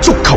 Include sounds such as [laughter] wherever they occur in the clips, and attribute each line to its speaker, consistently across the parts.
Speaker 1: 球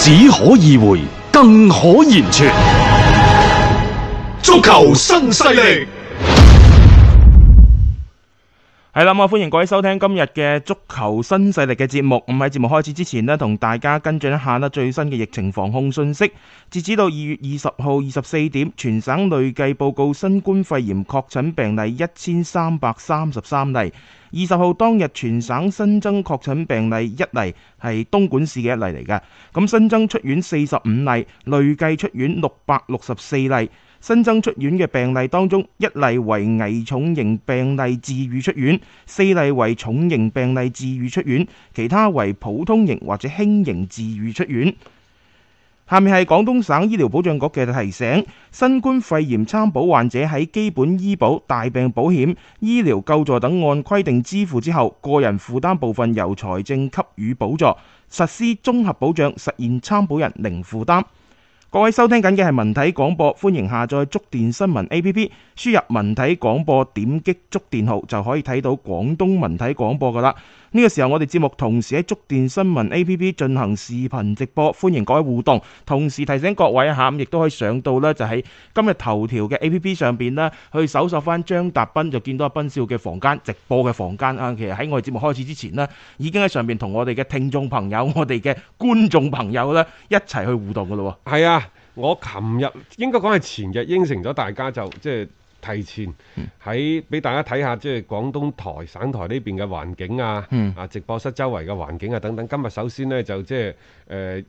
Speaker 2: 只可意會，更可言傳。
Speaker 1: 足球新勢力。
Speaker 3: 係啦，咁啊，歡迎各位收聽今日嘅足球新勢力嘅節目。咁喺節目開始之前呢，同大家跟進一下啦最新嘅疫情防控信息。截止到二月二十號二十四點，全省累計報告新冠肺炎確診病例一千三百三十三例。二十號當日全省新增確診病例一例，係東莞市嘅一例嚟嘅。咁新增出院四十五例，累計出院六百六十四例。新增出院嘅病例當中，一例為危重型病例治愈出院，四例為重型病例治愈出院，其他為普通型或者輕型治愈出院。下面係廣東省醫療保障局嘅提醒：新冠肺炎參保患者喺基本醫保、大病保險、醫療救助等按規定支付之後，個人負擔部分由財政給予補助，實施綜合保障，實現參保人零負擔。各位收聽緊嘅係文體廣播，歡迎下載觸電新聞 A P P，輸入文體廣播，點擊觸電號就可以睇到廣東文體廣播噶啦。呢個時候我哋節目同時喺觸電新聞 A P P 進行視頻直播，歡迎各位互動。同時提醒各位下午亦都可以上到呢，就喺今日頭條嘅 A P P 上邊呢，去搜索翻張達斌，就見到阿斌少嘅房間直播嘅房間啊。其實喺我哋節目開始之前呢，已經喺上邊同我哋嘅聽眾朋友、我哋嘅觀眾朋友呢，一齊去互動噶咯喎。
Speaker 4: 係啊，我琴日應該講係前日應承咗大家就即係提前喺俾大家睇下即係廣東台省台呢邊嘅環境啊，
Speaker 3: 嗯
Speaker 4: 啊直播室周圍嘅環境啊等等。今日首先呢，就即係誒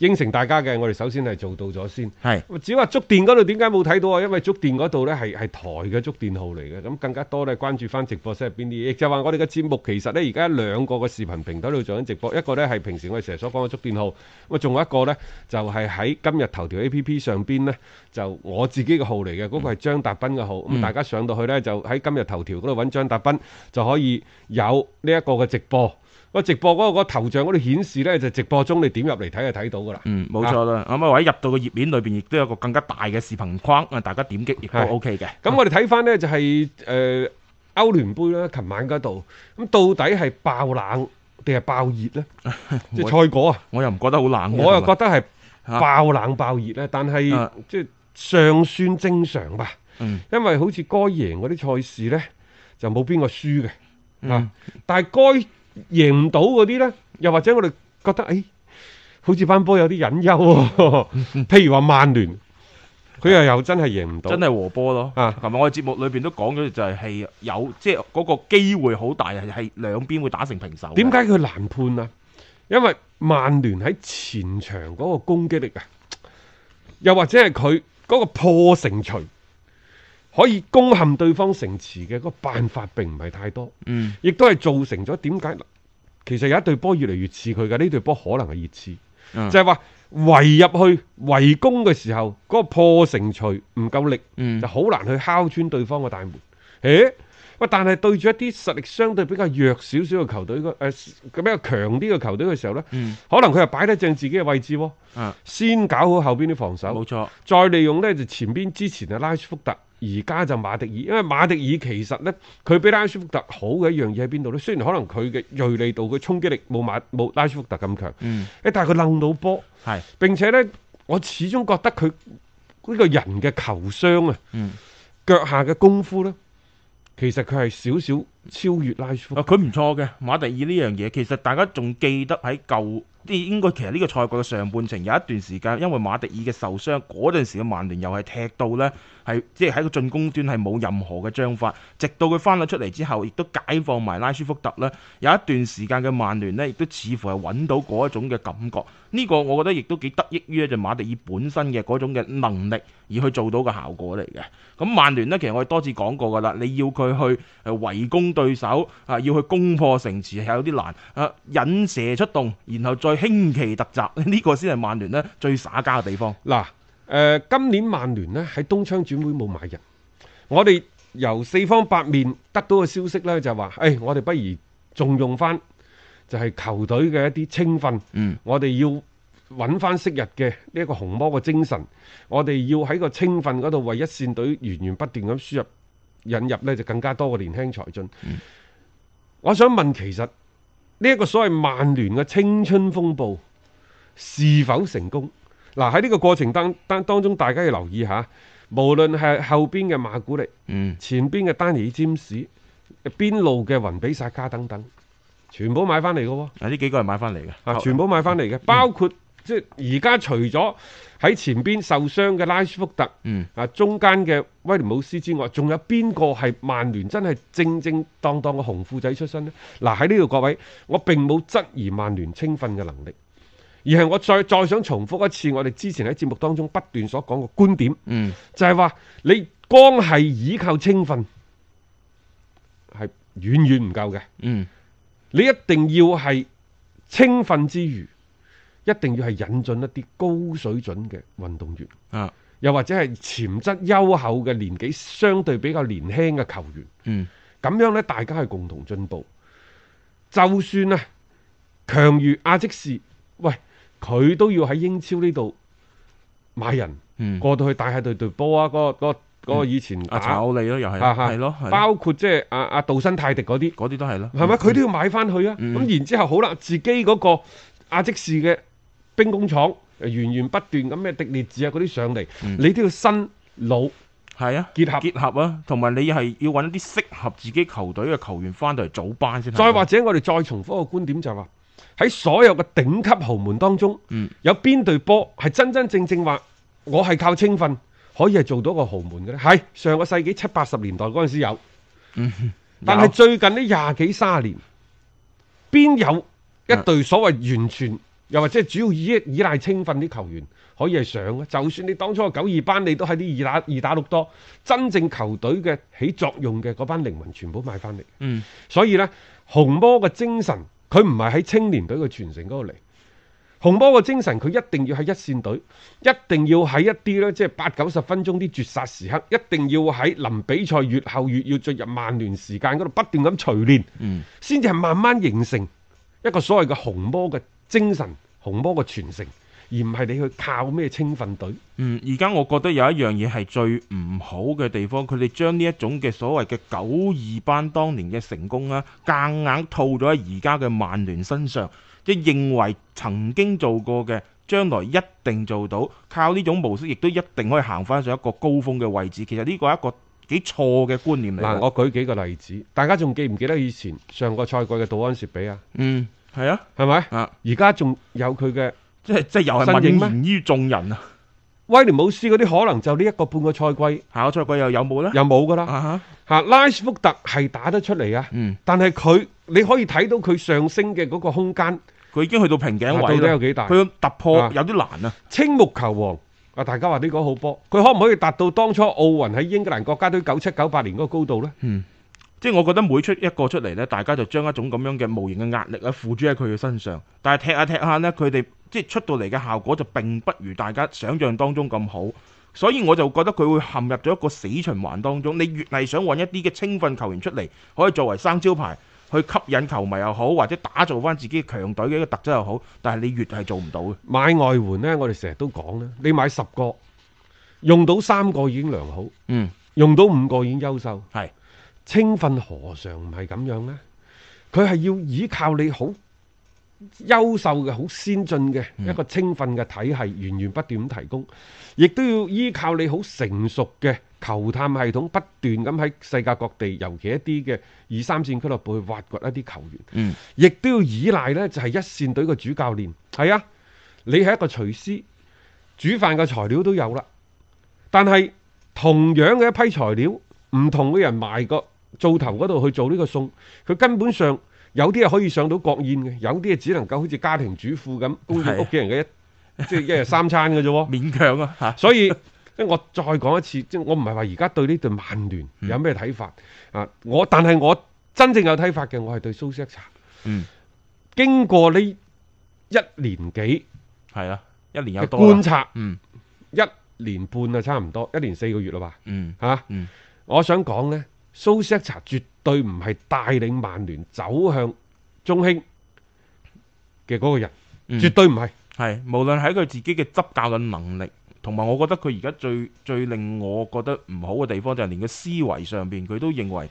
Speaker 4: 應承大家嘅，我哋首先係做到咗先。
Speaker 3: 係
Speaker 4: 只話觸電嗰度點解冇睇到啊？因為觸電嗰度呢係係台嘅觸電號嚟嘅，咁更加多咧關注翻直播室入邊啲嘢，亦就話我哋嘅節目其實呢，而家兩個嘅視頻平台度做緊直播，一個呢係平時我哋成日所講嘅觸電號，咁啊仲有一個呢就係喺今日頭條 A P P 上邊呢，就我自己嘅號嚟嘅，嗰、個係張達斌嘅號，咁、大家上到去呢，就喺今日頭條嗰度揾張達斌就可以有呢一個嘅直播。個直播嗰個個頭像嗰度顯示呢，就直播中，你點入嚟睇就睇到㗎啦。
Speaker 3: 嗯，冇錯啦。咁啊，或者入到個頁面裏邊，亦都有個更加大嘅視頻框啊，大家點擊亦都
Speaker 4: 係
Speaker 3: OK 嘅。
Speaker 4: 咁我哋睇翻呢，就係誒歐聯杯啦，琴晚嗰度，咁到底係爆冷定係爆熱呢？
Speaker 3: [laughs]
Speaker 4: 即係賽果啊，
Speaker 3: 我又唔覺得好冷嘅，
Speaker 4: 我又
Speaker 3: 同
Speaker 4: 覺
Speaker 3: 埋
Speaker 4: 得係
Speaker 3: 啊
Speaker 4: 爆冷爆熱呢，但係
Speaker 3: 啊
Speaker 4: 即係尚算正常吧。
Speaker 3: 嗯
Speaker 4: 因為好似該贏嗰啲賽事呢，就冇邊個輸嘅。啊
Speaker 3: 嗯！
Speaker 4: 但係該贏唔到嗰啲呢，又或者我哋覺得誒、哎好似班波有啲隱憂
Speaker 3: [laughs]
Speaker 4: 喎。譬如話曼聯，佢又又真係贏唔到，
Speaker 3: 真係和波咯。
Speaker 4: 嗯啊
Speaker 3: 琴日我哋節目裏邊都講咗，就係係有即係嗰個機會好大，係係兩邊會打成平手嘅。啊
Speaker 4: 點解佢難判啊？因為曼聯喺前場嗰個攻擊力啊，又或者係佢嗰個破城錘，可以攻陷對方城池嘅嗰個辦法並唔係太多，
Speaker 3: 嗯，
Speaker 4: 亦都係造成咗點解？其實有一隊波越嚟越似佢嘅，呢隊波可能係熱刺，
Speaker 3: 嗯
Speaker 4: 就係話圍入去圍攻嘅時候，嗰、個破城錘唔夠力，
Speaker 3: 嗯
Speaker 4: 就好難去敲穿對方嘅大門。誒，喂！但係對住一啲實力相對比較弱少少嘅球隊嘅誒，比較強啲嘅球隊嘅時候呢，
Speaker 3: 嗯
Speaker 4: 可能佢又擺得正自己嘅位置喎，
Speaker 3: 啊，
Speaker 4: 先搞好後邊啲防守
Speaker 3: 冇，錯，
Speaker 4: 再利用呢就前邊之前嘅拉舒福特，而家就馬迪爾，因為馬迪爾其實呢，佢比拉舒福特好嘅一樣嘢喺邊度呢？雖然可能佢嘅鋭利度、佢衝擊力冇馬冇拉舒福特咁強，
Speaker 3: 嗯，
Speaker 4: 誒，但係佢掕到波，
Speaker 3: 係
Speaker 4: 並且呢，我始終覺得佢呢個人嘅球商啊，
Speaker 3: 嗯
Speaker 4: 腳下嘅功夫呢，其實佢係少少超越拉舒福
Speaker 3: 啊，佢唔錯嘅馬蒂爾呢樣嘢，其實大家仲記得喺舊啲應該其實呢個賽季嘅上半程有一段時間，因為馬蒂爾嘅受傷嗰陣時嘅曼聯又係踢到呢，係即係喺個進攻端係冇任何嘅章法，直到佢翻咗出嚟之後，亦都解放埋拉舒福特呢。有一段時間嘅曼聯呢，亦都似乎係揾到嗰一種嘅感覺。呢、個我覺得亦都幾得益於呢就馬蒂爾本身嘅嗰種嘅能力而去做到嘅效果嚟嘅。咁曼聯呢，其實我哋多次講過㗎啦，你要佢去呃誒圍攻對手啊，要去攻破城池係有啲難啊，引蛇出洞，然後再輕奇特襲，呢、個先係曼聯呢最耍家嘅地方。
Speaker 4: 嗱，誒、今年曼聯呢喺東窗轉會冇買人，我哋由四方八面得到嘅消息呢，就話，誒、我哋不如重用翻就係球隊嘅一啲青訓，
Speaker 3: 嗯，
Speaker 4: 我哋要揾翻昔日嘅呢一個紅魔嘅精神，我哋要喺個青訓嗰度為一線隊源源不斷咁輸入引入呢，就更加多嘅年輕才俊。我想問，其實呢一個所謂曼聯嘅青春風暴是否成功？嗱喺呢個過程當當當中，大家要留意下，無論係後邊嘅馬古力、
Speaker 3: 嗯，
Speaker 4: 前邊嘅丹尼爾詹士、邊路嘅雲比薩卡等等，全部買翻嚟嘅喎，
Speaker 3: 啊呢幾個係買翻嚟嘅，
Speaker 4: 啊，全部買翻嚟嘅，包括即係而家除咗喺前邊受傷嘅拉舒福特，
Speaker 3: 嗯
Speaker 4: 啊中間嘅威廉姆斯之外，仲有邊個係曼聯真係正正當當嘅紅褲仔出身呢？嗱喺呢度各位，我並冇質疑曼聯青訓嘅能力，而係我再再想重複一次我哋之前喺節目當中不斷所講嘅觀點，
Speaker 3: 嗯
Speaker 4: 就係話你光係依靠青訓係遠遠唔夠嘅。
Speaker 3: 嗯
Speaker 4: 你一定要係青訓之餘，一定要係引進一啲高水準嘅運動員，
Speaker 3: 啊
Speaker 4: 又或者係潛質優厚嘅年紀相對比較年輕嘅球員，
Speaker 3: 嗯
Speaker 4: 咁樣呢，大家係共同進步。就算啊，強如阿積士，喂，佢都要喺英超呢度買人
Speaker 3: 嗯，
Speaker 4: 過到去帶下隊隊波啊！嗰、個嗰、個以前
Speaker 3: 阿
Speaker 4: 打
Speaker 3: 查奧利咯，又係
Speaker 4: 啊啊
Speaker 3: 係咯，係咯
Speaker 4: 包括即係阿阿杜森泰迪嗰啲。
Speaker 3: 嗰啲都係咯，
Speaker 4: 係咪？佢都要買翻去啊！咁、
Speaker 3: 嗯
Speaker 4: 然之後好啦，自己嗰個阿積士嘅兵工廠，誒源源不斷咁嘅迪列治啊嗰啲上嚟，你都要新老。
Speaker 3: 係啊，
Speaker 4: 結合
Speaker 3: 結合啊，同埋你係要揾一啲適合自己球隊嘅球員翻到嚟組班先係。
Speaker 4: 再或者我哋再重複個觀點就係話，喺所有嘅頂級豪門當中，
Speaker 3: 嗯
Speaker 4: 有邊隊波係真真正正話我係靠青訓可以係做到個豪門嘅咧？係上個世紀七八十年代嗰陣時有，但
Speaker 3: 嗯
Speaker 4: 係
Speaker 3: 有
Speaker 4: 最近呢廿幾卅年，邊有
Speaker 3: 啊
Speaker 4: 一隊所謂完全又或者係主要依依賴青訓啲球員可以係上嘅？就算你當初個九二班，你都喺啲二打二打六多，真正球隊嘅起作用嘅嗰班靈魂全部買翻嚟。
Speaker 3: 嗯
Speaker 4: 所以呢，紅魔嘅精神，佢唔係喺青年隊嘅傳承嗰度嚟。紅魔嘅精神，佢一定要喺一線隊，一定要喺一啲呢，即係八九十分鐘啲絕殺時刻，一定要喺臨比賽越後越要進入曼聯時間嗰度不斷咁錘練，
Speaker 3: 嗯
Speaker 4: 先至係慢慢形成一個所謂嘅紅魔嘅精神、紅魔嘅傳承，而唔係你去靠咩青訓隊。
Speaker 3: 嗯，而家我覺得有一樣嘢係最唔好嘅地方，佢哋將呢一種嘅所謂嘅九二班當年嘅成功啦，夾硬套咗喺而家嘅曼聯身上，即係認為曾經做過嘅，將來一定做到，靠呢種模式亦都一定可以行翻上一個高峰嘅位置。其實呢個係一個幾錯嘅觀念嚟
Speaker 4: 嗱，
Speaker 3: 嘅。
Speaker 4: 我舉幾個例子，大家仲記唔記得以前上個賽季嘅杜安薛比啊？
Speaker 3: 嗯，係啊，
Speaker 4: 係咪？
Speaker 3: 啊，
Speaker 4: 而家仲有佢嘅。
Speaker 3: 即係即係又係
Speaker 4: 身
Speaker 3: 泯
Speaker 4: 影咩
Speaker 3: 然於眾人啊！
Speaker 4: 威廉姆斯嗰啲可能就呢一個半個賽季
Speaker 3: 下個賽季又有冇呢？
Speaker 4: 又冇噶
Speaker 3: 啊
Speaker 4: 啦
Speaker 3: 哈，
Speaker 4: 嚇，拉斯福特係打得出嚟啊，
Speaker 3: 嗯，
Speaker 4: 但係佢你可以睇到佢上升嘅嗰個空間，
Speaker 3: 佢已經去到瓶頸
Speaker 4: 啊到
Speaker 3: 位
Speaker 4: 底
Speaker 3: 啦
Speaker 4: 有，幾大？
Speaker 3: 佢突破
Speaker 4: 啊
Speaker 3: 有啲難啊！
Speaker 4: 青木球王啊，大家話呢個好波，佢可唔可以達到當初奧運喺英格蘭國家隊九七九八年嗰個高度呢？
Speaker 3: 即係我覺得每出一個出嚟呢，大家就將一種咁樣嘅無形嘅壓力咧付諸喺佢嘅身上，但係踢下踢下呢，佢哋即係出到嚟嘅效果就並不如大家想象當中咁好，所以我就覺得佢會陷入咗一個死循環當中。你越係想揾一啲嘅青訓球員出嚟，可以作為生招牌去吸引球迷又好，或者打造翻自己強隊嘅一個特質又好，但係你越係做唔到嘅。
Speaker 4: 買外援呢，我哋成日都講咧，你買十個用到三個已經良好，
Speaker 3: 嗯，
Speaker 4: 用到五個已經優秀。
Speaker 3: 係
Speaker 4: 青訓何嘗唔係咁樣呢？佢係要依靠你好優秀嘅、好先進嘅一個青訓嘅體系，源源不斷咁提供，亦都要依靠你好成熟嘅球探系統，不斷咁喺世界各地，尤其一啲嘅二三線俱樂部去挖掘一啲球員。
Speaker 3: 嗯，
Speaker 4: 亦都要依賴呢，就係一線隊嘅主教練。係啊，你係一個廚師，煮飯嘅材料都有啦，但係同樣嘅一批材料，唔同嘅人埋個灶頭嗰度去做呢個餸，佢根本上有啲係可以上到國宴嘅，有啲係只能夠好似家庭主婦咁供應
Speaker 3: 係
Speaker 4: 屋企人嘅一即係一日三餐嘅啫喎。
Speaker 3: 勉強啊嚇，
Speaker 4: 所以 [laughs] 即係我再講一次，即係我唔係話而家對呢隊曼聯
Speaker 3: 嗯
Speaker 4: 有咩睇法、啊！我但係我真正有睇法嘅，我係對蘇斯克查。
Speaker 3: 嗯，
Speaker 4: 經過呢一年幾
Speaker 3: 係啦，一年有
Speaker 4: 嘅
Speaker 3: 多啦
Speaker 4: 觀察，
Speaker 3: 嗯
Speaker 4: 一年半啊，差唔多，一年四個月啦吧，
Speaker 3: 嗯
Speaker 4: 嚇、
Speaker 3: 嗯
Speaker 4: 我想講呢，蘇斯查絕對唔係帶領曼聯走向中興嘅嗰個人，
Speaker 3: 嗯
Speaker 4: 絕對唔係。
Speaker 3: 係，無論喺佢自己嘅執教嘅能力，同埋我覺得佢而家最最令我覺得唔好嘅地方就係連個思維上邊，佢都認為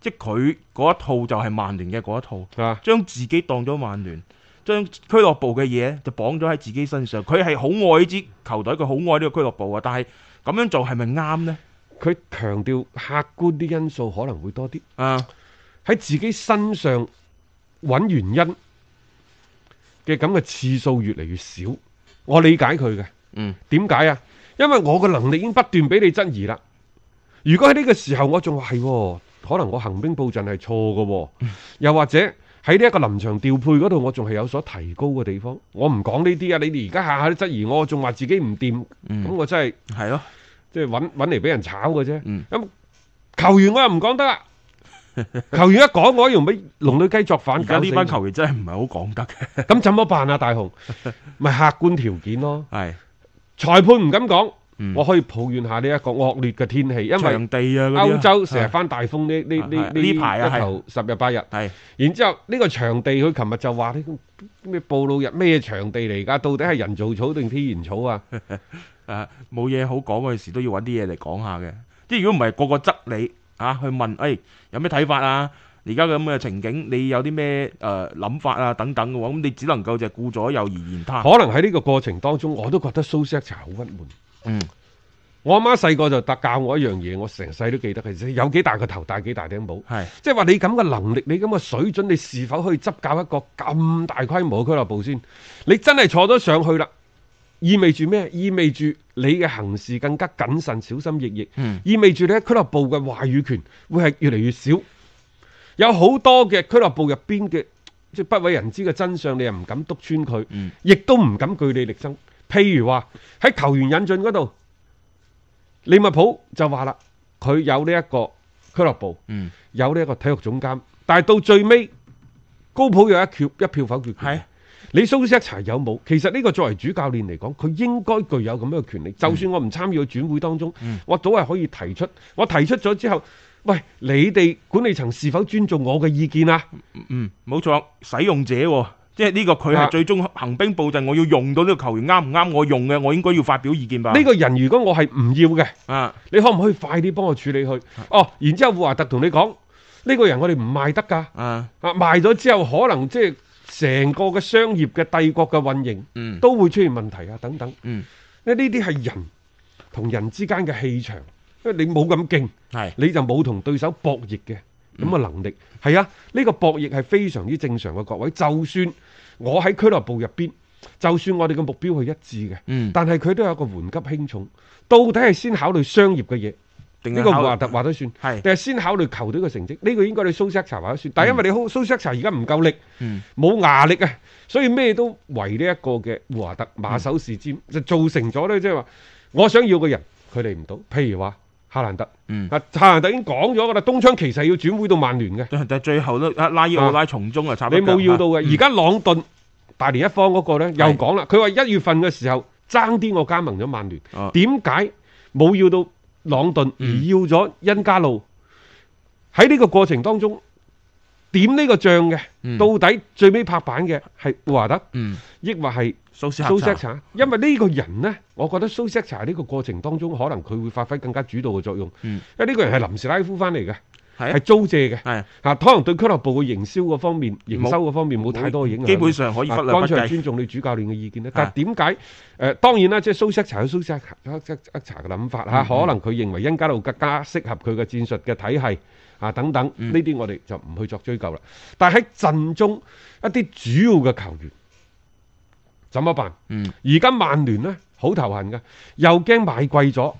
Speaker 3: 即係佢嗰一套就係曼聯嘅嗰一套，
Speaker 4: 啊！
Speaker 3: 將自己當咗曼聯，將俱樂部嘅嘢就綁咗喺自己身上。佢係好愛呢支球隊，佢好愛呢個俱樂部啊，但係咁樣做係咪啱呢？
Speaker 4: 佢強調客觀啲因素可能會多啲，
Speaker 3: 啊，
Speaker 4: 喺自己身上揾原因嘅咁嘅次數越嚟越少。我理解佢嘅，
Speaker 3: 嗯
Speaker 4: 點解啊？因為我嘅能力已經不斷俾你質疑啦。如果喺呢個時候我仲話係喎，可能我行兵布陣係錯嘅喎，
Speaker 3: 嗯
Speaker 4: 又或者喺呢一個臨場調配嗰度，我仲係有所提高嘅地方。我唔講呢啲啊，你哋而家下下都質疑我，仲話自己唔掂，咁、
Speaker 3: 嗯，
Speaker 4: 我真係
Speaker 3: 係咯，
Speaker 4: 即係揾揾嚟俾人炒嘅啫。咁、
Speaker 3: 嗯
Speaker 4: 球員我又唔
Speaker 3: [laughs]
Speaker 4: 講得啦，球員一講我又俾龍女雞作反，
Speaker 3: 而家呢班
Speaker 4: 搞死
Speaker 3: 球員真係唔係好講得嘅，
Speaker 4: 我咁怎麼辦啊？
Speaker 3: [laughs]
Speaker 4: 大雄咪客觀條件咯，
Speaker 3: 係
Speaker 4: 裁判唔敢講，
Speaker 3: 嗯
Speaker 4: 我可以抱怨下呢一個惡劣嘅天氣，因
Speaker 3: [laughs]
Speaker 4: 為
Speaker 3: 場地啊嗰啲啊
Speaker 4: 歐洲成日翻大風呢呢呢
Speaker 3: 係呢排啊
Speaker 4: 一頭十日八日，
Speaker 3: 係
Speaker 4: 然之後呢個場地佢琴日就話呢咩暴露日咩場地嚟㗎？到底係人造草定天然草啊？
Speaker 3: 誒冇嘢好講嗰陣時，都要揾啲嘢嚟講下嘅。即係如果唔係個個質你啊，去問誒、哎有咩睇法啊？而家咁嘅情景，你有啲咩誒諗法啊？等等嘅話，咁你只能夠就係顧左右而言他。
Speaker 4: 可能喺呢個過程當中，我都覺得蘇斯查好鬱悶。
Speaker 3: 嗯，
Speaker 4: 我阿媽細個就特教我一樣嘢，我成世都記得嘅，即係有幾大個頭，戴幾大頂帽。
Speaker 3: 係
Speaker 4: 即係話你咁嘅能力，你咁嘅水準，你是否可以執教一個咁大規模嘅俱樂部先？你真係坐咗上去啦，意味住咩？意味住你嘅行事更加謹慎、小心翼翼，
Speaker 3: 嗯
Speaker 4: 意味住你喺俱樂部嘅話語權會係越嚟越少。有好多嘅俱樂部入邊嘅即係不為人知嘅真相，你又唔敢督穿佢
Speaker 3: 嗯，
Speaker 4: 亦都唔敢據理力爭。譬如話喺球員引進嗰度，利物浦就話啦，佢有呢一個俱樂部。
Speaker 3: 嗯
Speaker 4: 有呢一個體育總監，但係到最尾高普有一票一票否決權
Speaker 3: 係。
Speaker 4: 你蘇斯柴有冇？其實呢個作為主教練嚟講，佢應該具有咁樣嘅權利。就算我唔參與佢轉會當中，
Speaker 3: 嗯
Speaker 4: 我都係可以提出。我提出咗之後，喂，你哋管理層是否尊重我嘅意見啊？
Speaker 3: 嗯，冇錯，使用者喎、即係呢個佢係
Speaker 4: 啊
Speaker 3: 最終行兵布陣，我要用到呢個球員啱唔啱我用嘅，我應該要發表意見吧。
Speaker 4: 呢、個人如果我係唔要嘅，
Speaker 3: 啊，
Speaker 4: 你可唔可以快啲幫我處理佢？哦，然之後胡華特同你講，呢、個人我哋唔賣得㗎。
Speaker 3: 啊，
Speaker 4: 啊，賣咗之後可能即係成個嘅商業嘅帝國嘅運營。
Speaker 3: 嗯，
Speaker 4: 都會出現問題啊等等。
Speaker 3: 嗯，
Speaker 4: 因為呢啲係人同人之間嘅氣場，因為你冇咁勁，
Speaker 3: 係，
Speaker 4: 你就冇同對手博弈嘅咁
Speaker 3: 嗯
Speaker 4: 嘅能力。係、啊，呢、個博弈係非常之正常嘅，各位。就算我喺俱樂部入邊，就算我哋嘅目標係一致嘅，
Speaker 3: 嗯，
Speaker 4: 但係佢都有一個緩急輕重。到底係先考慮商業嘅嘢，
Speaker 3: 定
Speaker 4: 呢
Speaker 3: 係
Speaker 4: 個
Speaker 3: 考
Speaker 4: 胡
Speaker 3: 慮
Speaker 4: 華特話得算，
Speaker 3: 係
Speaker 4: 定係先考慮球隊嘅成績？呢、個應該你蘇斯克查話得算。但係因為你好蘇斯克查而家唔夠力。
Speaker 3: 嗯
Speaker 4: 冇牙力啊，所以咩都圍呢一個嘅胡華特
Speaker 3: 嗯
Speaker 4: 馬首是瞻，就造成咗咧，即係話我想要嘅人佢嚟唔到。譬如話哈蘭德，
Speaker 3: 嗯。
Speaker 4: 啊哈蘭德已經講咗噶啦，東窗其實係要轉會到曼聯嘅，
Speaker 3: 但但最後都啊拉伊奧拉從中啊插一腳
Speaker 4: 你冇要到
Speaker 3: 啊
Speaker 4: 嘅。而家朗頓大連一方嗰個咧又
Speaker 3: 係
Speaker 4: 講啦，佢話一月份嘅時候爭啲我加盟咗曼聯
Speaker 3: 哦，
Speaker 4: 點解冇要到朗頓而
Speaker 3: 嗯
Speaker 4: 要咗恩加路？喺呢個過程當中點呢個仗嘅，
Speaker 3: 嗯
Speaker 4: 到底最尾拍板嘅係胡華特。
Speaker 3: 嗯
Speaker 4: 抑或係
Speaker 3: 蘇斯克
Speaker 4: 蘇斯
Speaker 3: 查
Speaker 4: 查，因為呢個人呢，我覺得蘇斯查呢個過程當中，可能佢會發揮更加主導嘅作用。
Speaker 3: 嗯
Speaker 4: 因為呢個人係臨時拉夫翻嚟嘅，
Speaker 3: 係啊
Speaker 4: 係租借嘅，
Speaker 3: 係
Speaker 4: 嚇可能對俱樂部嘅營銷嗰方面、營
Speaker 3: 冇
Speaker 4: 收嗰方面冇太多嘅影響。
Speaker 3: 基本上可以忽略
Speaker 4: 啊
Speaker 3: 不
Speaker 4: 乾脆係
Speaker 3: 計。
Speaker 4: 尊重你主教練嘅意見咧。
Speaker 3: 啊
Speaker 4: 但係點解？誒、呃當然啦，即係蘇斯查有蘇斯查查嘅諗法嚇，
Speaker 3: 嗯
Speaker 4: 可能佢認為恩加路更加適合佢嘅戰術嘅體系啊等等，
Speaker 3: 嗯
Speaker 4: 呢啲我哋就唔去作追究啦。但係喺陣中一啲主要嘅球員，怎麼辦？
Speaker 3: 嗯
Speaker 4: 而家曼聯呢，好頭痕嘅，又驚買貴咗，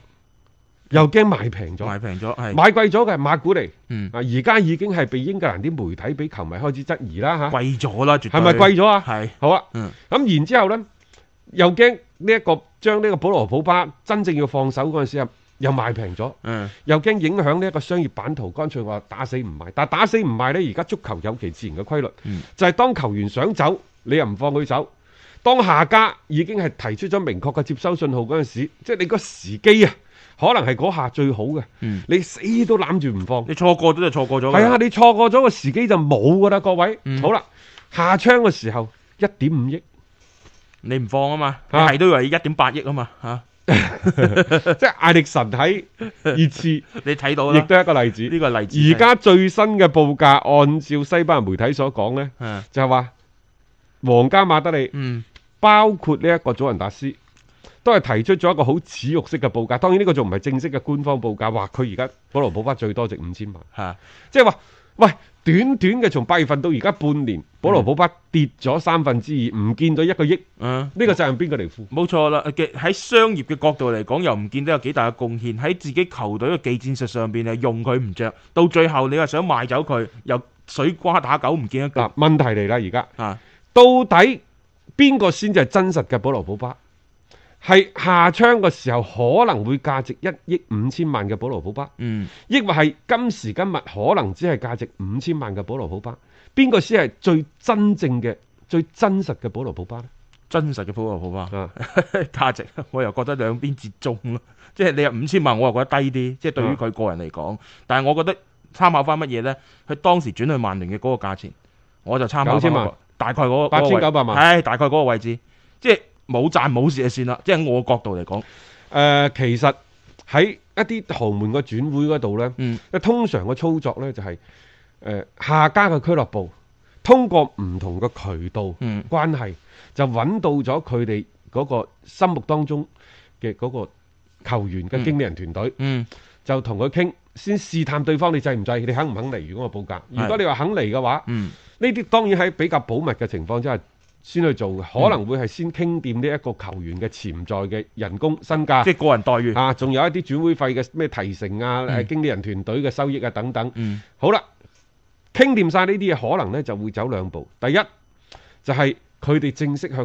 Speaker 4: 又驚賣平咗。
Speaker 3: 賣平咗係
Speaker 4: 買貴咗嘅係馬古尼，
Speaker 3: 嗯
Speaker 4: 啊而家已經係被英格蘭啲媒體、俾球迷開始質疑啦嚇，
Speaker 3: 貴咗啦，絕對
Speaker 4: 係咪貴咗啊？
Speaker 3: 係
Speaker 4: 好啊，
Speaker 3: 嗯
Speaker 4: 咁然之後呢，又驚呢一個將呢個保羅普巴真正要放手嗰陣時又又賣平咗，
Speaker 3: 嗯
Speaker 4: 又驚影響呢一個商業版圖，乾脆話打死唔賣。但係打死唔賣呢，而家足球有其自然嘅規律，
Speaker 3: 嗯
Speaker 4: 就係當球員想走，你又唔放佢走，當下家已經係提出咗明確嘅接收信號嗰陣時，即係你個時機啊，可能係嗰下最好嘅。你死嗯都攬住唔放。
Speaker 3: 你錯過咗就錯過咗㗎。
Speaker 4: 係啊，你錯過咗個時機就冇噶啦，各位。好啦，下窗嘅時候一點五億，
Speaker 3: 你唔放啊嘛，你
Speaker 4: 啊
Speaker 3: 係都以為一點八億啊嘛嚇，
Speaker 4: [laughs] 即係艾力神喺
Speaker 3: [laughs]
Speaker 4: 熱刺，亦
Speaker 3: 你睇到
Speaker 4: 都
Speaker 3: 啦，
Speaker 4: 係一個例子。
Speaker 3: 呢個例子
Speaker 4: 而家最新嘅報價，按照西班牙媒體所講呢，
Speaker 3: 係啊
Speaker 4: 就係話皇家馬德里
Speaker 3: 嗯
Speaker 4: 包括呢一個祖雲達斯，都係提出咗一個好恥辱式嘅報價。當然呢個仲唔係正式嘅官方報價，話佢而家保羅普巴最多值五千萬，
Speaker 3: 嚇
Speaker 4: 即係話喂，短短嘅從八月份到而家半
Speaker 3: 嗯
Speaker 4: 年，保羅普巴跌咗三分之二，唔見咗一個億，呢、
Speaker 3: 嗯。
Speaker 4: 個責任邊個嚟負？
Speaker 3: 冇錯啦，嘅喺商業嘅角度嚟講，又唔見得有幾大嘅貢獻。喺自己球隊嘅技戰術上邊，係用佢唔着，到最後你又想賣走佢，又水瓜打狗唔見一
Speaker 4: 嗱
Speaker 3: 個，
Speaker 4: 問題嚟啦，而家
Speaker 3: 啊！
Speaker 4: 到底邊個先至係真實嘅保羅普巴？係下窗嘅時候可能會價值一億五千萬嘅保羅普巴，
Speaker 3: 嗯，
Speaker 4: 抑或係今時今日可能只係價值五千萬嘅保羅普巴？邊個先係最真正嘅、最真實嘅保羅普巴呢？
Speaker 3: 真實嘅普羅普巴
Speaker 4: 啊，
Speaker 3: [laughs] 價值，我又覺得兩邊折中咯。 [laughs] 即係你有五千萬，我又覺得低啲。即係
Speaker 4: 啊
Speaker 3: 對於佢個人嚟講，但係我覺得參考翻乜嘢呢？佢當時轉去曼聯嘅嗰個價錢，我就參考
Speaker 4: 9000
Speaker 3: 翻
Speaker 4: 萬
Speaker 3: 嗰個大概嗰個
Speaker 4: 8900萬
Speaker 3: 唉，大概嗰個位置，即係冇賺冇蝕就算啦。即係我角度嚟講，
Speaker 4: 誒、呃其實喺一啲豪門嘅轉會嗰度呢，
Speaker 3: 嗯
Speaker 4: 通常嘅操作呢就係、誒下家嘅俱樂部通過唔同嘅渠道
Speaker 3: 嗯
Speaker 4: 關係，就揾到咗佢哋嗰個心目當中嘅嗰個球員嘅經理人團隊，
Speaker 3: 嗯
Speaker 4: 就同佢傾，先試探對方你制唔制，你肯唔肯嚟？如果我報價，如果你話肯嚟嘅話，
Speaker 3: 嗯。
Speaker 4: 呢啲當然喺比較保密嘅情況之下。先去做嘅，可能會係先傾掂呢一個球員嘅潛在嘅人工身價，
Speaker 3: 即係個人待遇。
Speaker 4: 啊，仲有一啲轉會費嘅咩提成啊，誒、經理人團隊嘅收益啊等等。
Speaker 3: 嗯
Speaker 4: 好啦，傾掂晒呢啲嘢，可能呢就會走兩步。第一就係佢哋正式向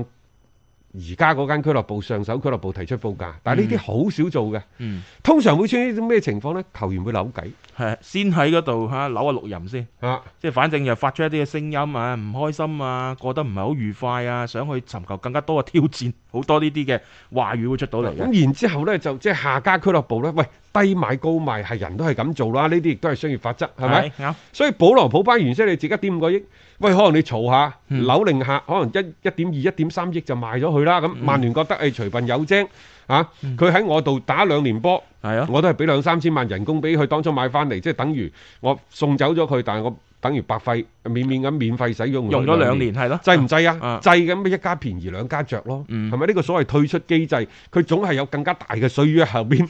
Speaker 4: 而家嗰間俱樂部上手俱樂部提出報價，但係呢啲好少做嘅。
Speaker 3: 嗯，
Speaker 4: 通常會出現呢種咩情況呢？球員會扭計
Speaker 3: 係先喺嗰度嚇扭下六壬先，
Speaker 4: 啊，
Speaker 3: 即係反正又發出一啲嘅聲音啊，唔開心啊，過得唔係好愉快啊，想去尋求更加多嘅挑戰，好多呢啲嘅話語會出到嚟嘅。
Speaker 4: 咁然之後呢，就即係下家俱樂部呢，喂低買高賣係人都係咁做啦，呢啲亦都係商業法則，係咪？
Speaker 3: 啱？
Speaker 4: 所以保羅普巴原先你值一點五個億，喂，可能你嘈下，
Speaker 3: 嗯
Speaker 4: 扭令下，可能一一點二、一點三億就賣咗佢
Speaker 3: 嗯
Speaker 4: 啦。咁曼聯覺得誒隨笨有精啊，佢喺我度打兩年波，
Speaker 3: 係嗯啊，
Speaker 4: 我都係俾兩三千萬人工俾佢，當初買翻嚟，即係等於我送走咗佢，但係我等於白費，免免咁免費使用
Speaker 3: 用咗兩。年係咯。
Speaker 4: 制唔制啊
Speaker 3: 啊？
Speaker 4: 制咁咪一家便宜兩家着咯，
Speaker 3: 嗯
Speaker 4: 係咪呢個所謂退出機制？佢總係有更加大嘅水魚喺後邊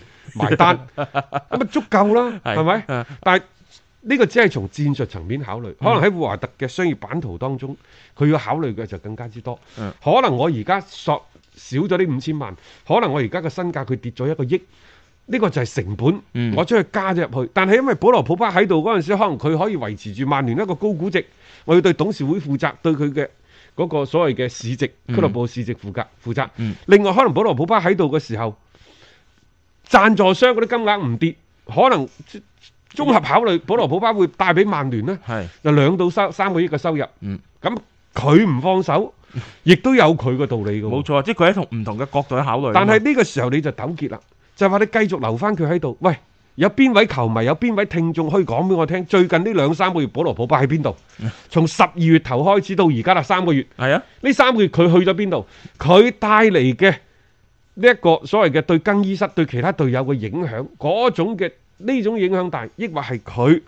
Speaker 3: [laughs]
Speaker 4: 埋單，咁啊足夠啦，
Speaker 3: 係
Speaker 4: 係咪
Speaker 3: 啊？
Speaker 4: 但係呢個只係從戰術層面
Speaker 3: 嗯
Speaker 4: 考慮，可能喺胡華特嘅商業版圖當中，佢要考慮嘅就更加之多。
Speaker 3: 嗯
Speaker 4: 可能我而家索少咗呢五千萬，可能我而家嘅身價佢跌咗一個億。呢個就係成本，
Speaker 3: 嗯
Speaker 4: 我將佢加咗入去。但係因為保羅普巴喺度嗰陣時，可能佢可以維持住曼聯一個高估值，我要對董事會負責，對佢嘅嗰個所謂嘅市值俱樂部市值負責負責。
Speaker 3: 嗯
Speaker 4: 另外，可能保羅普巴喺度嘅時候，贊助商嗰啲金額唔跌，可能綜合考慮，保羅普巴會帶俾曼聯呢
Speaker 3: 係
Speaker 4: 就兩到三三個億嘅收入。
Speaker 3: 嗯
Speaker 4: 咁佢唔放手，亦都有佢嘅道理嘅喎。
Speaker 3: 冇錯，即係佢喺同唔同嘅角度去考慮啊嘛。
Speaker 4: 但係呢個時候你就糾結啦，就係話你繼續留翻佢喺度。喂，有邊位球迷，有邊位聽眾可以講俾我聽？最近呢兩三個月，保羅普巴喺邊度？
Speaker 3: 嗯
Speaker 4: 從十二月頭開始到而家啦，三個月。
Speaker 3: 係啊，
Speaker 4: 呢三個月佢去咗邊度？佢帶嚟嘅呢一個所謂嘅對更衣室、對其他隊友嘅影響，嗰種嘅呢種影響大，抑或係佢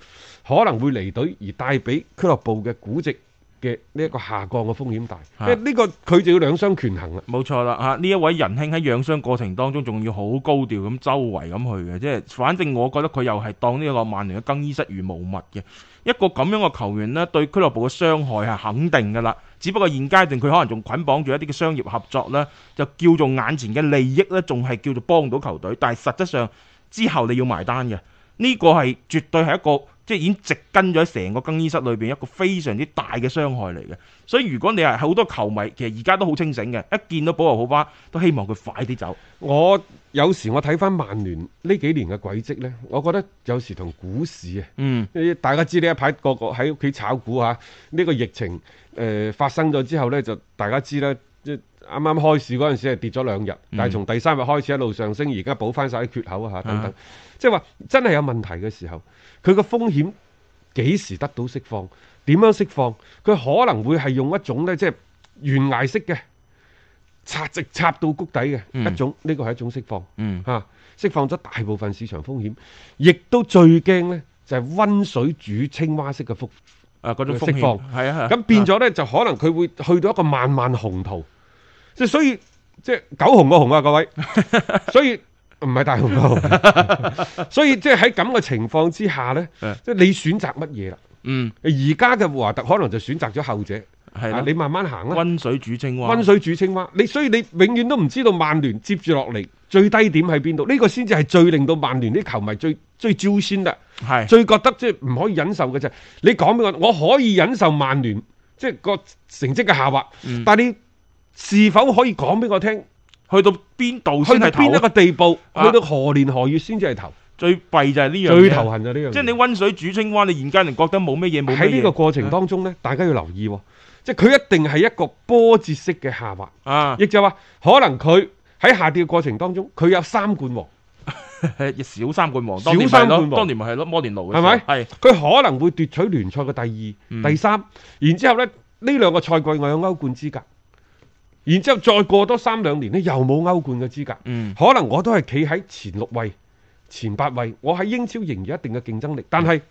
Speaker 4: 可能會離隊而帶俾俱樂部嘅估值嘅呢一個下降嘅風險大。
Speaker 3: 啊
Speaker 4: 呢、呢個佢就要兩相權衡啦。
Speaker 3: 冇錯啦嚇。呢一位仁兄喺養傷過程當中，仲要好高調咁周圍咁去嘅，即係反正我覺得佢又係當呢個曼聯嘅更衣室如無物嘅。一個咁樣嘅球員呢，對俱樂部嘅傷害係肯定㗎啦。只不過現階段佢可能仲捆綁住一啲嘅商業合作呢，就叫做眼前嘅利益呢，仲係叫做幫到球隊，但係實質上之後你要埋單嘅。呢個係絕對係一個即係已經直跟咗喺成個更衣室裏邊一個非常之大嘅傷害嚟嘅。所以如果你係好多球迷，其實而家都好清醒嘅，一見到保羅普巴都希望佢快啲走。
Speaker 4: 我有時我睇翻曼聯呢幾年嘅軌跡呢，我覺得有時同股市啊。
Speaker 3: 嗯，
Speaker 4: 大家知呢一排啊個個喺屋企炒股嚇，呢、個疫情誒、呃、發生咗之後呢，就大家知啦，即係啱啱開市嗰陣時係跌咗兩日，但係從第三日開始一路上升，而家補翻晒啲缺口啊嚇等等，即係話真係有問題嘅時候，佢個風險幾時得到釋放？點樣釋放？佢可能會係用一種呢，即係懸崖式嘅插直插到谷底嘅、一種，呢個係一種釋放。
Speaker 3: 嗯
Speaker 4: 嚇、啊釋放咗大部分市場風險，亦都最驚呢就係、温水煮青蛙式嘅風。
Speaker 3: 啊嗰種風
Speaker 4: 釋
Speaker 3: 險
Speaker 4: 放
Speaker 3: 係啊，係啊
Speaker 4: 咁變咗呢，就可能佢會去到一個漫漫紅途，即係所以即係狗紅個紅
Speaker 3: [laughs]
Speaker 4: 啊，各位，所以唔係大紅個
Speaker 3: [laughs]
Speaker 4: 紅，所以即係喺咁嘅情況之下呢，
Speaker 3: 嗯
Speaker 4: 即係你選擇乜嘢啦？
Speaker 3: 嗯
Speaker 4: 而家嘅華特可能就選擇咗後者，
Speaker 3: 係
Speaker 4: 啊
Speaker 3: 啦
Speaker 4: 你，慢慢行啦，
Speaker 3: 温水煮青蛙，
Speaker 4: 温水煮青蛙，你所以你永遠都唔知道曼聯接住落嚟最低點喺邊度，呢、個先至係最令到曼聯啲球迷最最焦先啦。
Speaker 3: 係
Speaker 4: 最覺得即係唔可以忍受嘅就係你講俾我，我可以忍受曼聯即係個成績嘅下滑，
Speaker 3: 嗯
Speaker 4: 但係你是否可以講俾我聽，
Speaker 3: 去到邊度
Speaker 4: 去
Speaker 3: 先
Speaker 4: 到
Speaker 3: 係
Speaker 4: 邊一
Speaker 3: 頭
Speaker 4: 個？地步，
Speaker 3: 啊
Speaker 4: 去到何年何月先至係頭，
Speaker 3: 最弊就係呢樣嘢
Speaker 4: 最頭痕啊呢樣嘢。
Speaker 3: 即係你温水煮青蛙，你現階段覺得冇咩嘢，冇咩
Speaker 4: 喺呢個
Speaker 3: 嘢
Speaker 4: 過程當中呢，大家要留意喎，即係佢一定係一個波折式嘅下滑，
Speaker 3: 啊，
Speaker 4: 亦就話可能佢喺下跌嘅過程當中，佢有三冠王。
Speaker 3: 小三冠王，
Speaker 4: 小
Speaker 3: 當年咪
Speaker 4: 三冠
Speaker 3: 咯
Speaker 4: 王，
Speaker 3: 當年咪係咯，摩連奴嘅
Speaker 4: 係咪
Speaker 3: 時候係
Speaker 4: 佢可能會奪取聯賽嘅第二、
Speaker 3: 嗯
Speaker 4: 第三，然之後咧呢兩個賽季我有歐冠資格，然之後再過多三兩年呢，又冇歐冠嘅資格，
Speaker 3: 嗯
Speaker 4: 可能我都係企喺前六位、前八位，我喺英超仍然有一定嘅競爭力，但係。
Speaker 3: 嗯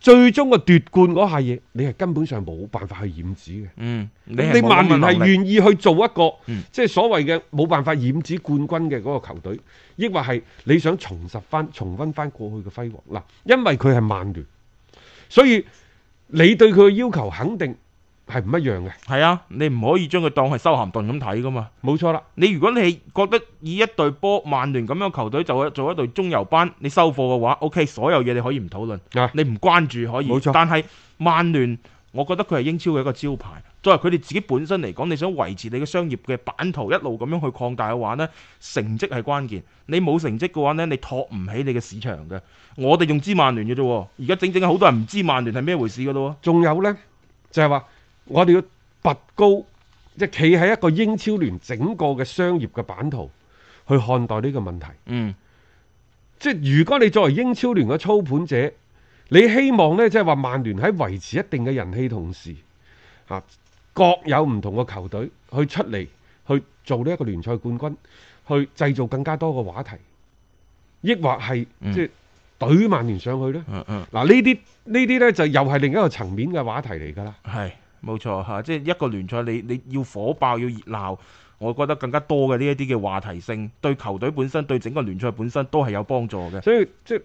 Speaker 4: 最終嘅奪冠嗰下嘢，你係根本上冇辦法去染指嘅。
Speaker 3: 嗯，你
Speaker 4: 你
Speaker 3: 係冇
Speaker 4: 曼
Speaker 3: 咁嘅
Speaker 4: 聯係
Speaker 3: 能力
Speaker 4: 願意去做一個、
Speaker 3: 嗯
Speaker 4: 即係所謂嘅冇辦法染指冠軍嘅嗰個球隊，抑或係你想重拾翻、重温翻過去嘅輝煌嗱？因為佢係曼聯，所以你對佢嘅要求肯定係唔一樣嘅，
Speaker 3: 係啊，你唔可以將佢當係修咸頓咁睇噶嘛。
Speaker 4: 冇錯啦。
Speaker 3: 你如果你係覺得以一隊波曼聯咁樣嘅球隊就做一隊中游班，你收貨嘅話，OK，所有嘢你可以唔討論，
Speaker 4: 啊
Speaker 3: 你唔關注可以。
Speaker 4: 冇錯
Speaker 3: 但係曼聯，我覺得佢係英超嘅一個招牌。作為佢哋自己本身嚟講，你想維持你嘅商業嘅版圖一路咁樣去擴大嘅話呢，成績係關鍵。你冇成績嘅話呢，你托唔起你嘅市場嘅。我哋仲知曼聯嘅啫喎，而家整整好多人唔知曼聯係咩回事嘅咯
Speaker 4: 仲有呢，就係、話我哋要拔高，即係企喺一個英超聯整個嘅商業嘅版圖去看待呢個問題。
Speaker 3: 喎。嗯，
Speaker 4: 即係如果你作為英超聯嘅操盤者，你希望呢，即係話曼聯喺維持一定嘅人氣同時，啊，各有唔同嘅球隊去出嚟去做呢一個聯賽冠軍，去製造更加多嘅話題，抑或係
Speaker 3: 嗯
Speaker 4: 即係懟曼聯上去呢？
Speaker 3: 嗯嗯。
Speaker 4: 嗱，呢啲呢啲呢，就又係另一個層面嘅話題嚟㗎啦。
Speaker 3: 係冇錯嚇，即係一個聯賽你你要火爆要熱鬧，我覺得更加多嘅呢一啲嘅話題性，對球隊本身對整個聯賽本身都係有幫助嘅。
Speaker 4: 所以即係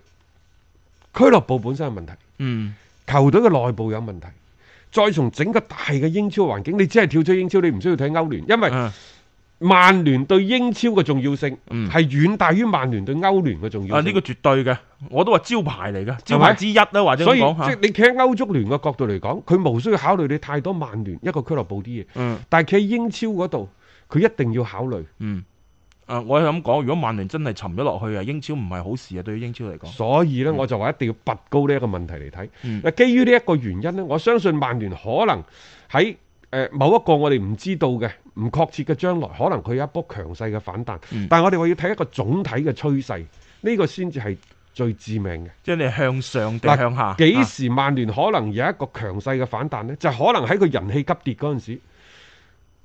Speaker 4: 俱樂部本身嘅問題。
Speaker 3: 嗯，
Speaker 4: 球隊嘅內部有問題，再從整個大嘅英超環境，你只係跳出英超，你唔需要睇歐聯，因為
Speaker 3: 啊
Speaker 4: 曼聯對英超嘅重要性
Speaker 3: 嗯
Speaker 4: 係遠大於曼聯對歐聯嘅重要
Speaker 3: 啊呢
Speaker 4: 性。
Speaker 3: 個絕對嘅，我都話招牌嚟嘅，招牌之一啦，或者
Speaker 4: 所
Speaker 3: 咁
Speaker 4: 以
Speaker 3: 講
Speaker 4: 即
Speaker 3: 嚇
Speaker 4: 係。你企喺歐足聯嘅角度嚟講，佢無需要考慮你太多曼聯一個俱樂部啲嘢，
Speaker 3: 嗯
Speaker 4: 但係企喺英超嗰度，佢一定要考慮。
Speaker 3: 嗯。啊！我係咁講，如果曼聯真係沉咗落去啊，英超唔係好事啊，對於英超嚟講。
Speaker 4: 所以呢，我就話一定要拔高呢一個問題嚟睇。
Speaker 3: 嗯
Speaker 4: 嗱，基於呢一個原因呢，我相信曼聯可能喺誒、呃某一個我哋唔知道嘅、唔確切嘅將來，可能佢有一波強勢嘅反彈。
Speaker 3: 嗯
Speaker 4: 但係我哋話要睇一個總體嘅趨勢，呢、個先至係最致命嘅。
Speaker 3: 即係你向上定
Speaker 4: 嗱
Speaker 3: 向下？
Speaker 4: 幾
Speaker 3: 啊
Speaker 4: 時曼聯可能有一個強勢嘅反彈呢？就可能喺佢人氣急跌嗰陣時，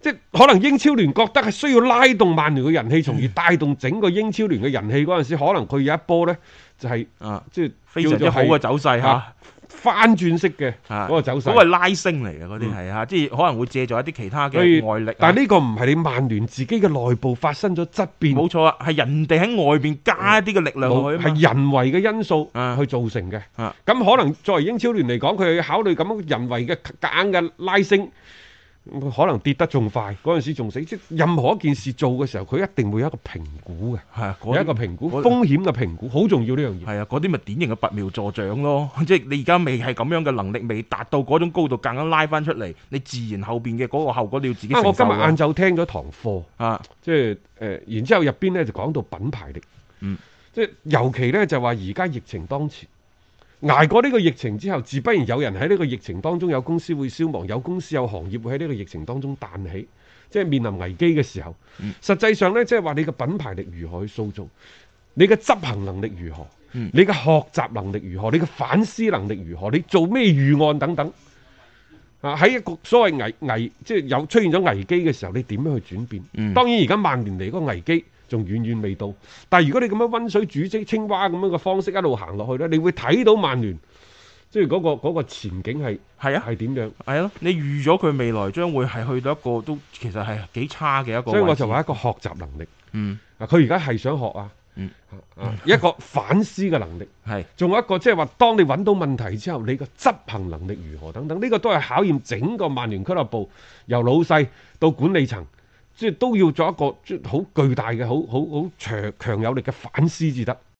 Speaker 4: 即係可能英超聯覺得係需要拉動曼聯嘅人氣，從而帶動整個英超聯嘅人氣嗰陣時，可能佢有一波呢，就係、
Speaker 3: 啊，
Speaker 4: 即係
Speaker 3: 非常之好嘅走勢嚇。
Speaker 4: 翻轉式嘅
Speaker 3: 啊
Speaker 4: 啊嗰個走
Speaker 3: 嗰個係
Speaker 4: 勢。嗯
Speaker 3: 拉升嚟嘅嗰啲係嚇，即係可能會借助一啲其他
Speaker 4: 所以
Speaker 3: 嘅外力啊。
Speaker 4: 但係呢個唔係你曼聯自己嘅內部發生咗質變，
Speaker 3: 冇錯啊，係人哋喺外邊加一啲嘅力量落
Speaker 4: 嗯冇
Speaker 3: 去啊嘛
Speaker 4: 係人為嘅因素
Speaker 3: 啊
Speaker 4: 去造成嘅。咁、
Speaker 3: 啊
Speaker 4: 可能作為英超聯嚟講，佢要考慮咁樣人為嘅夾硬嘅拉升，可能跌得仲快，嗰陣時仲死。即係任何一件事做嘅時候，佢一定會有一個評估嘅，
Speaker 3: 係啊，
Speaker 4: 有
Speaker 3: 嗰
Speaker 4: 一個
Speaker 3: 啲
Speaker 4: 評估
Speaker 3: 嗰
Speaker 4: 風險嘅評估，好重要呢樣嘢。
Speaker 3: 係啊，嗰啲咪典型嘅拔苗助長咯， [laughs] 即係你而家未係咁樣嘅能力，未達到嗰種高度，夾硬拉翻出嚟，你自然後邊嘅嗰個後果你要自己
Speaker 4: 啊！
Speaker 3: 承受
Speaker 4: 我今日
Speaker 3: 咯
Speaker 4: 晏晝聽咗堂課。
Speaker 3: 啊，
Speaker 4: 即係誒、呃然之後入邊咧就講到品牌力，
Speaker 3: 嗯，
Speaker 4: 即係尤其咧就話而家疫情當前，捱過呢個疫情之後，自不然有人喺呢個疫情當中有公司會消亡，有公司有行業會喺呢個疫情當中彈起，即係面臨危機嘅時候，實際上呢，即係話你嘅品牌力如何去塑造，你嘅執行能力如何，你嘅學習能力如何，你嘅反思能力如何，你做咩預案等等。啊！喺一個所謂危危，即係有出現咗危機嘅時候，你點樣去轉變？
Speaker 3: 嗯
Speaker 4: 當然而家萬年嚟嗰個危機仲遠遠未到，但係如果你咁樣温水煮青青蛙咁樣嘅方式一路行落去呢，你會睇到曼聯即係嗰、個嗰個前景係
Speaker 3: 係啊
Speaker 4: 係點樣？
Speaker 3: 係咯，你預咗佢未來將會係去到一個都其實係幾差嘅一個位置。
Speaker 4: 所以我就話一個學習能力，
Speaker 3: 嗯
Speaker 4: 啊，佢而家係想學啊，
Speaker 3: 嗯
Speaker 4: 啊，一個反思嘅能力，
Speaker 3: 係
Speaker 4: 仲有一個即係話，當你揾到問題之後，你個執行能力如何等等，呢、個都係考驗整個曼聯俱樂部由老細到管理層，即係都要做一個即係好巨大嘅、好好好強強有力嘅反思至得。